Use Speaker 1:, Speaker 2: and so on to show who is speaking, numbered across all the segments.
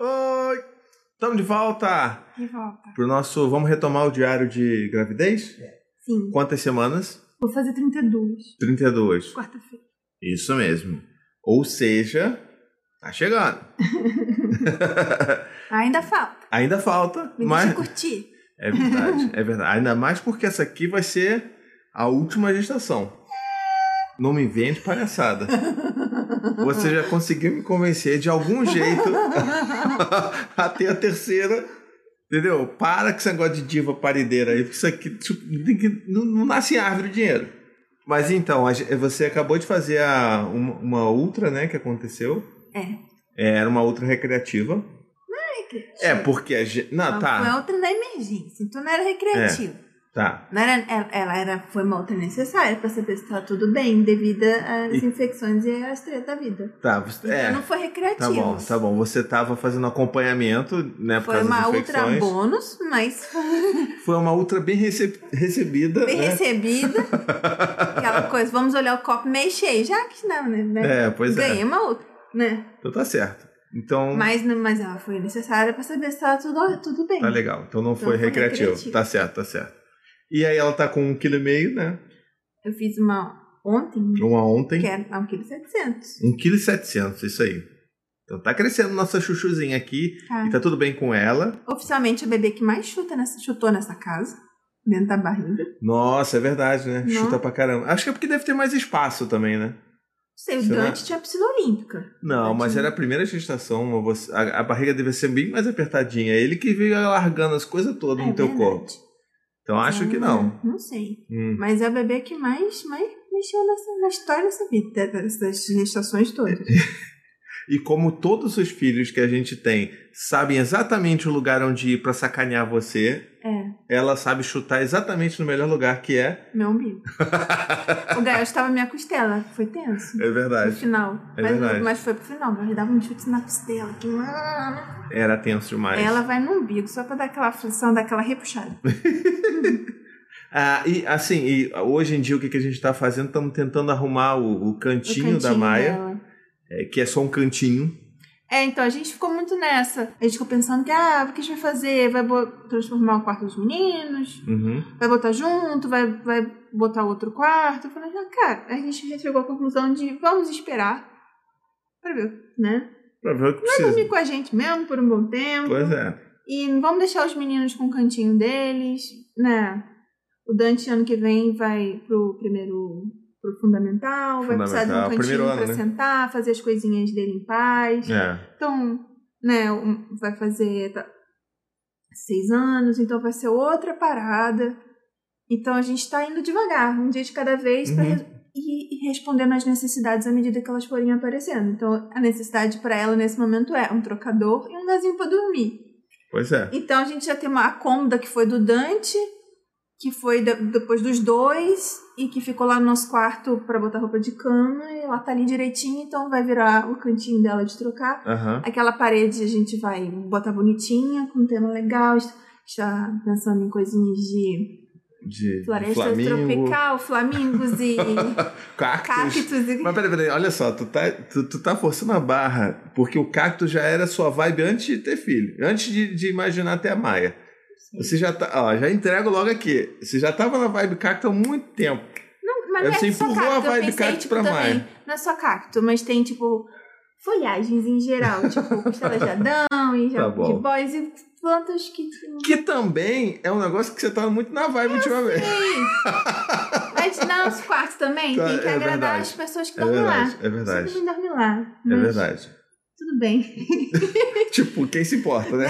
Speaker 1: Oi! Estamos de volta
Speaker 2: De volta.
Speaker 1: pro nosso. Vamos retomar o diário de gravidez?
Speaker 2: Sim.
Speaker 1: Quantas semanas?
Speaker 2: Vou fazer 32.
Speaker 1: 32.
Speaker 2: Quarta-feira.
Speaker 1: Isso mesmo. Ou seja, tá chegando.
Speaker 2: Ainda falta.
Speaker 1: Ainda falta,
Speaker 2: Me
Speaker 1: mas.
Speaker 2: deixa curtir.
Speaker 1: É verdade, é verdade. Ainda mais porque essa aqui vai ser a última gestação. Não me invente palhaçada. Você já conseguiu me convencer de algum jeito a ter a terceira. Entendeu? Para com esse negócio de diva parideira aí, porque isso aqui tipo, tem que- não, não nasce em árvore dinheiro. Mas então, a ge- você acabou de fazer a- uma, uma outra, né, que aconteceu.
Speaker 2: É.
Speaker 1: É, Era uma outra recreativa. É, porque a gente. Não,
Speaker 2: Foi
Speaker 1: tá.
Speaker 2: outra da emergência. Então não era recreativo.
Speaker 1: Tá.
Speaker 2: Não era, ela, ela era, foi uma outra necessária pra saber se estava tudo bem devido às
Speaker 1: E-
Speaker 2: infecções e às treta da vida.
Speaker 1: Tá, você,
Speaker 2: Então
Speaker 1: é,
Speaker 2: não foi
Speaker 1: tá
Speaker 2: recreativo.
Speaker 1: bom, tá bom. Você tava fazendo acompanhamento, né, por
Speaker 2: Foi
Speaker 1: causa
Speaker 2: uma
Speaker 1: das
Speaker 2: ultra
Speaker 1: infecções.
Speaker 2: bônus, mas
Speaker 1: Foi uma ultra bem recep- recebida,
Speaker 2: bem
Speaker 1: né?
Speaker 2: recebida. Aquela coisa, vamos olhar o copo meio cheio, já que não, né?
Speaker 1: É, pois
Speaker 2: Ganhei
Speaker 1: é.
Speaker 2: uma outra, né?
Speaker 1: Então tá certo. Então
Speaker 2: Mas, não- mas ela foi necessária pra saber se tava tudo, tudo bem.
Speaker 1: tá legal. Então não
Speaker 2: Então
Speaker 1: foi
Speaker 2: foi
Speaker 1: recreativo.
Speaker 2: recreativo.
Speaker 1: Tá certo, tá certo. E aí ela tá com um quilo e meio, né?
Speaker 2: Eu fiz uma ontem,
Speaker 1: Uma ontem,
Speaker 2: que era um quilo e setecentos.
Speaker 1: um quilo e setecentos, isso aí. Então tá crescendo nossa chuchuzinha aqui
Speaker 2: Tá?
Speaker 1: e tá tudo bem com ela.
Speaker 2: Oficialmente o bebê que mais chuta nessa, chutou nessa casa, dentro da barriga. Não
Speaker 1: Nossa, é verdade, né?
Speaker 2: Não.
Speaker 1: Chuta pra caramba. Acho que é porque deve ter mais espaço também, né?
Speaker 2: sei, o
Speaker 1: Será?
Speaker 2: Dante tinha piscina olímpica.
Speaker 1: Não, mas era a primeira gestação. você- A, a barriga devia ser bem mais apertadinha. É Ele que veio largando as coisas todas no
Speaker 2: É
Speaker 1: teu
Speaker 2: verdade.
Speaker 1: corpo. Então acho que não.
Speaker 2: Ah, Não sei.
Speaker 1: Hum.
Speaker 2: Mas é o bebê que mais, mais mexeu nessa, na história dessa vida, das, das gestações todas.
Speaker 1: E como todos os filhos que a gente tem sabem exatamente o lugar onde ir pra sacanear você,
Speaker 2: É,
Speaker 1: ela sabe chutar exatamente no melhor lugar que é.
Speaker 2: meu umbigo. o Gael estava na minha costela, foi tenso.
Speaker 1: É
Speaker 2: No
Speaker 1: verdade.
Speaker 2: final.
Speaker 1: É
Speaker 2: mas,
Speaker 1: verdade.
Speaker 2: mas foi pro final, mas ele dava um chute na costela. Que...
Speaker 1: Era tenso demais.
Speaker 2: Ela vai no umbigo, só pra dar aquela aflição, dar aquela repuxada.
Speaker 1: Ah, e assim, e hoje em dia o que, que a gente tá fazendo? Estamos tentando arrumar o, o
Speaker 2: O
Speaker 1: cantinho da Maia,
Speaker 2: dela.
Speaker 1: é, que é só um cantinho.
Speaker 2: É, então a gente ficou muito nessa. A gente ficou pensando que, ah, o que a gente vai fazer? Vai bo- transformar o quarto dos meninos?
Speaker 1: Uhum.
Speaker 2: Vai botar junto? Vai, vai botar outro quarto? Eu falei, ah, cara, a gente já chegou à conclusão de vamos esperar pra ver, né?
Speaker 1: Pra ver o que
Speaker 2: Vai
Speaker 1: precisa.
Speaker 2: dormir com a gente mesmo por um bom tempo.
Speaker 1: Pois é.
Speaker 2: E vamos deixar os meninos com o cantinho deles, né? O Dante ano que vem vai pro primeiro pro fundamental, vai precisar de um
Speaker 1: Fundamental, primeiro
Speaker 2: cantinho
Speaker 1: ano,
Speaker 2: pra
Speaker 1: né?
Speaker 2: sentar, fazer as coisinhas dele em paz.
Speaker 1: É.
Speaker 2: Então, né, um- vai fazer tá, seis anos, então vai ser outra parada. Então a gente tá indo devagar, um dia de cada vez, pra
Speaker 1: Uhum.
Speaker 2: res- e, e respondendo às necessidades à medida que elas forem aparecendo. Então a necessidade pra ela nesse momento é um trocador e um lugarzinho pra dormir.
Speaker 1: Pois é.
Speaker 2: Então a gente já tem uma a cômoda que foi do Dante, que foi de- depois dos dois, e que ficou lá no nosso quarto pra botar roupa de cama, e ela tá ali direitinho, então vai virar o cantinho dela de trocar.
Speaker 1: Aham.
Speaker 2: Aquela parede a gente vai botar bonitinha, com um tema legal, a gente tá pensando em coisinhas de
Speaker 1: De
Speaker 2: floresta
Speaker 1: Flamingo,
Speaker 2: tropical, flamingos e
Speaker 1: cactos.
Speaker 2: cactos e
Speaker 1: Mas peraí, peraí, olha só, tu tá, tu, tu tá forçando a barra, porque o cacto já era sua vibe antes de ter filho, antes de, de imaginar ter a Maia. Você já tá, ó, já entrego logo aqui. Você já tava na vibe cacto há muito tempo.
Speaker 2: Não, mas
Speaker 1: É,
Speaker 2: não é
Speaker 1: você
Speaker 2: só
Speaker 1: empurrou a
Speaker 2: cacto, eu
Speaker 1: vibe
Speaker 2: pensei,
Speaker 1: cacto
Speaker 2: tipo,
Speaker 1: pra
Speaker 2: também,
Speaker 1: Maia.
Speaker 2: Não é só cacto, mas tem, tipo, folhagens em geral, tipo, costela de Adão e
Speaker 1: Tá
Speaker 2: ja-
Speaker 1: bom.
Speaker 2: de bois e plantas que.
Speaker 1: Que também é um negócio que você tá muito na
Speaker 2: É,
Speaker 1: vibe ultimamente.
Speaker 2: Mas não, os quartos também
Speaker 1: Tá,
Speaker 2: tem que
Speaker 1: é
Speaker 2: agradar
Speaker 1: verdade.
Speaker 2: as pessoas que
Speaker 1: É
Speaker 2: dormem lá.
Speaker 1: verdade, é verdade.
Speaker 2: Sempre dorme lá.
Speaker 1: É
Speaker 2: mas
Speaker 1: verdade.
Speaker 2: Tudo bem.
Speaker 1: tipo, quem se importa, né?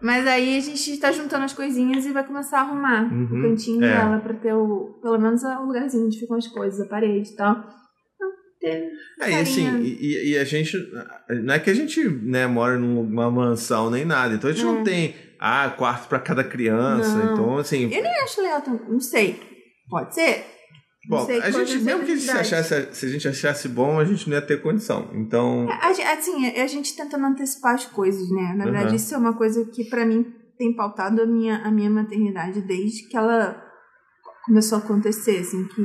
Speaker 2: Mas aí a gente tá juntando as coisinhas e vai começar a arrumar
Speaker 1: Uhum,
Speaker 2: o cantinho
Speaker 1: é.
Speaker 2: dela pra ter o, pelo menos o lugarzinho onde ficam as coisas, a parede e tal. Então, ter
Speaker 1: É, e assim,
Speaker 2: carinha.
Speaker 1: e, e- e a gente. Não é que a gente né, mora numa mansão nem nada. Então a gente não
Speaker 2: É.
Speaker 1: tem, ah, quarto pra cada criança.
Speaker 2: Não.
Speaker 1: Então, assim.
Speaker 2: Eu nem acho legal, tão- não sei. Pode ser?
Speaker 1: bom,
Speaker 2: sei
Speaker 1: a
Speaker 2: qual é
Speaker 1: gente,
Speaker 2: a
Speaker 1: mesmo que a gente se
Speaker 2: necessidade.
Speaker 1: achasse, se a gente achasse bom, a gente não ia ter condição. Então.
Speaker 2: A gen- Assim, é a gente tentando antecipar as coisas, né? Na verdade,
Speaker 1: Uhum.
Speaker 2: isso é uma coisa que pra mim tem pautado a minha, a minha maternidade desde que ela começou a acontecer, assim, que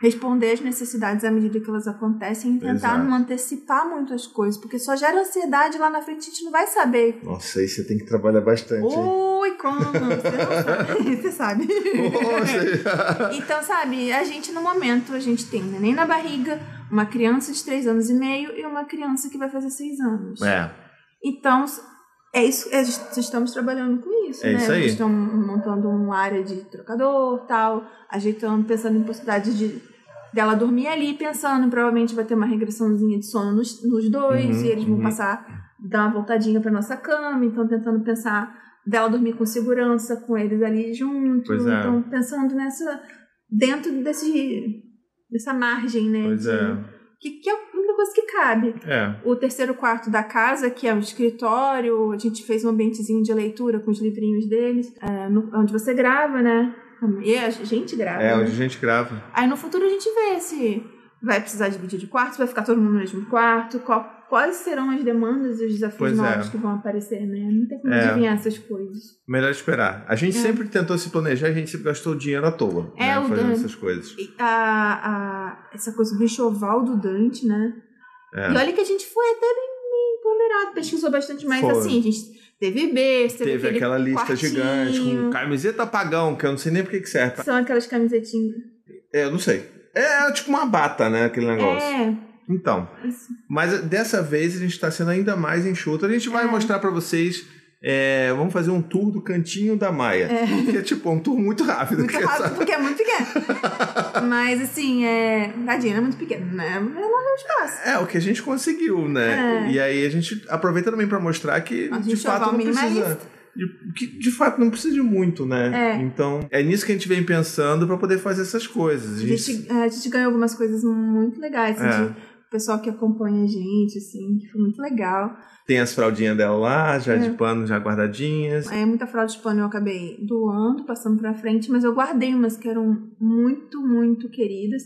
Speaker 2: responder às necessidades à medida que elas acontecem e tentar
Speaker 1: Exato.
Speaker 2: não antecipar muito as coisas, porque só gera ansiedade lá na frente, a gente não vai saber.
Speaker 1: Nossa, aí você tem que trabalhar bastante, hein?
Speaker 2: Ui, como? Você não sabe. Você sabe.
Speaker 1: Nossa.
Speaker 2: Então, sabe, a gente no momento, a gente tem neném na barriga, uma criança de 3 anos e meio e uma criança que vai fazer 6 anos.
Speaker 1: É,
Speaker 2: Então, é isso, é, estamos trabalhando com isso,
Speaker 1: É
Speaker 2: né?
Speaker 1: isso aí.
Speaker 2: Estamos montando uma área de trocador, tal, ajeitando, pensando em possibilidade de dela dormir ali, pensando, provavelmente vai ter uma regressãozinha de sono nos, nos dois,
Speaker 1: Uhum,
Speaker 2: e eles vão
Speaker 1: uhum.
Speaker 2: passar, dar uma voltadinha pra nossa cama, então tentando pensar dela dormir com segurança, com eles ali junto,
Speaker 1: Pois é.
Speaker 2: então pensando nessa, dentro desse, dessa margem, né?
Speaker 1: pois
Speaker 2: de-
Speaker 1: é.
Speaker 2: Que, que é a única coisa que cabe.
Speaker 1: É,
Speaker 2: O terceiro quarto da casa, que é o escritório, a gente fez um ambientezinho de leitura com os livrinhos deles, é, no- onde você grava, né? E a gente grava.
Speaker 1: é
Speaker 2: né?
Speaker 1: onde a gente grava.
Speaker 2: Aí no futuro a gente vê se vai precisar dividir de quarto, se vai ficar todo mundo no mesmo quarto, qual- quais serão as demandas e os desafios
Speaker 1: Pois
Speaker 2: novos
Speaker 1: é.
Speaker 2: que vão aparecer, né? Não tem como
Speaker 1: É.
Speaker 2: adivinhar essas coisas.
Speaker 1: Melhor esperar. A gente
Speaker 2: É.
Speaker 1: sempre tentou se planejar, a gente sempre gastou dinheiro à toa,
Speaker 2: É,
Speaker 1: né,
Speaker 2: o
Speaker 1: fazendo
Speaker 2: Dan-
Speaker 1: essas coisas.
Speaker 2: E a- a- essa coisa do enxoval do Dante, né?
Speaker 1: É.
Speaker 2: E olha que a gente foi até bem, bem ponderado, pesquisou bastante, mas
Speaker 1: Foi.
Speaker 2: assim, a gente teve berço, teve,
Speaker 1: Teve
Speaker 2: aquele
Speaker 1: aquela lista
Speaker 2: quartinho.
Speaker 1: gigante com camiseta pagão, que eu não sei nem pra que que serve.
Speaker 2: São aquelas camisetinhas.
Speaker 1: É, eu não sei. É, tipo uma bata, né, aquele negócio.
Speaker 2: É,
Speaker 1: Então,
Speaker 2: isso.
Speaker 1: mas dessa vez a gente tá sendo ainda mais enxuto. A gente vai
Speaker 2: É.
Speaker 1: mostrar pra vocês. é, vamos fazer um tour do cantinho da Maia.
Speaker 2: É.
Speaker 1: Que é tipo um tour muito rápido.
Speaker 2: muito
Speaker 1: que é
Speaker 2: rápido
Speaker 1: só-
Speaker 2: porque é muito pequeno. Mas assim, é. Tadinha, é muito pequeno, né? Ela não espaço.
Speaker 1: É, o que a gente conseguiu, né?
Speaker 2: É.
Speaker 1: E aí a gente aproveita também pra mostrar que
Speaker 2: A
Speaker 1: de
Speaker 2: gente é
Speaker 1: fato
Speaker 2: choval
Speaker 1: não precisa.
Speaker 2: minimalista.
Speaker 1: De, que de fato não precisa de muito, né?
Speaker 2: É.
Speaker 1: Então, é nisso que a gente vem pensando pra poder fazer essas coisas.
Speaker 2: A
Speaker 1: A gente-
Speaker 2: gente, é, a gente ganhou algumas coisas muito legais, assim,
Speaker 1: É.
Speaker 2: de o pessoal que acompanha a gente, assim, que foi muito legal.
Speaker 1: Tem as fraldinhas dela lá, já
Speaker 2: É.
Speaker 1: de pano, já guardadinhas.
Speaker 2: É, muita fralda de pano eu acabei doando, passando pra frente, mas eu guardei umas que eram muito, muito queridas.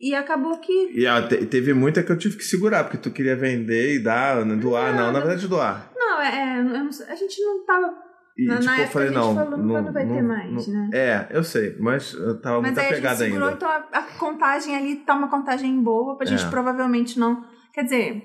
Speaker 2: E acabou que.
Speaker 1: E ah, te- teve muita que eu tive que segurar, porque tu queria vender e dar, né, doar. Não, na verdade, doar.
Speaker 2: Não, é, é, eu não sei, a gente não tava.
Speaker 1: E
Speaker 2: na
Speaker 1: tipo,
Speaker 2: na
Speaker 1: eu
Speaker 2: época
Speaker 1: falei,
Speaker 2: a gente
Speaker 1: não.
Speaker 2: falou, não, vai ter mais,
Speaker 1: não-
Speaker 2: né?
Speaker 1: É, eu sei, mas eu tava
Speaker 2: Mas
Speaker 1: muito
Speaker 2: aí a gente
Speaker 1: apegada
Speaker 2: segurou,
Speaker 1: ainda.
Speaker 2: então a, a contagem ali tá uma contagem boa pra gente
Speaker 1: É.
Speaker 2: provavelmente não. Quer dizer,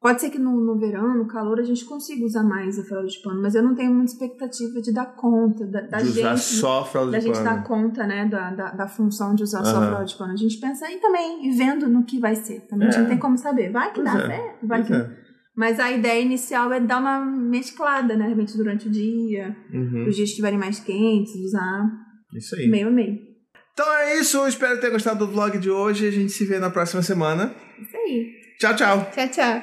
Speaker 2: pode ser que no, no verão, no calor, a gente consiga usar mais a fralda de pano, mas eu não tenho muita expectativa de dar conta, da, da
Speaker 1: de usar
Speaker 2: gente.
Speaker 1: só fralda
Speaker 2: Da
Speaker 1: de
Speaker 2: gente
Speaker 1: pano.
Speaker 2: dar conta, né, da, da, da função de usar só
Speaker 1: Aham.
Speaker 2: a fralda de pano. A gente pensa aí também, e vendo no que vai ser. Também a gente
Speaker 1: É.
Speaker 2: não tem como saber. Vai que
Speaker 1: Pois
Speaker 2: dá
Speaker 1: é.
Speaker 2: certo, vai que...
Speaker 1: Pois é.
Speaker 2: Mas a ideia inicial é dar uma mesclada, né, de repente durante o dia,
Speaker 1: Uhum,
Speaker 2: os dias que estiverem mais quentes, usar
Speaker 1: Isso aí.
Speaker 2: meio a meio.
Speaker 1: Então é isso. eu Espero ter gostado do vlog de hoje. A gente se vê na próxima semana.
Speaker 2: É Isso aí.
Speaker 1: Tchau, tchau.
Speaker 2: Tchau, tchau.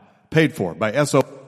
Speaker 3: Paid for by SO.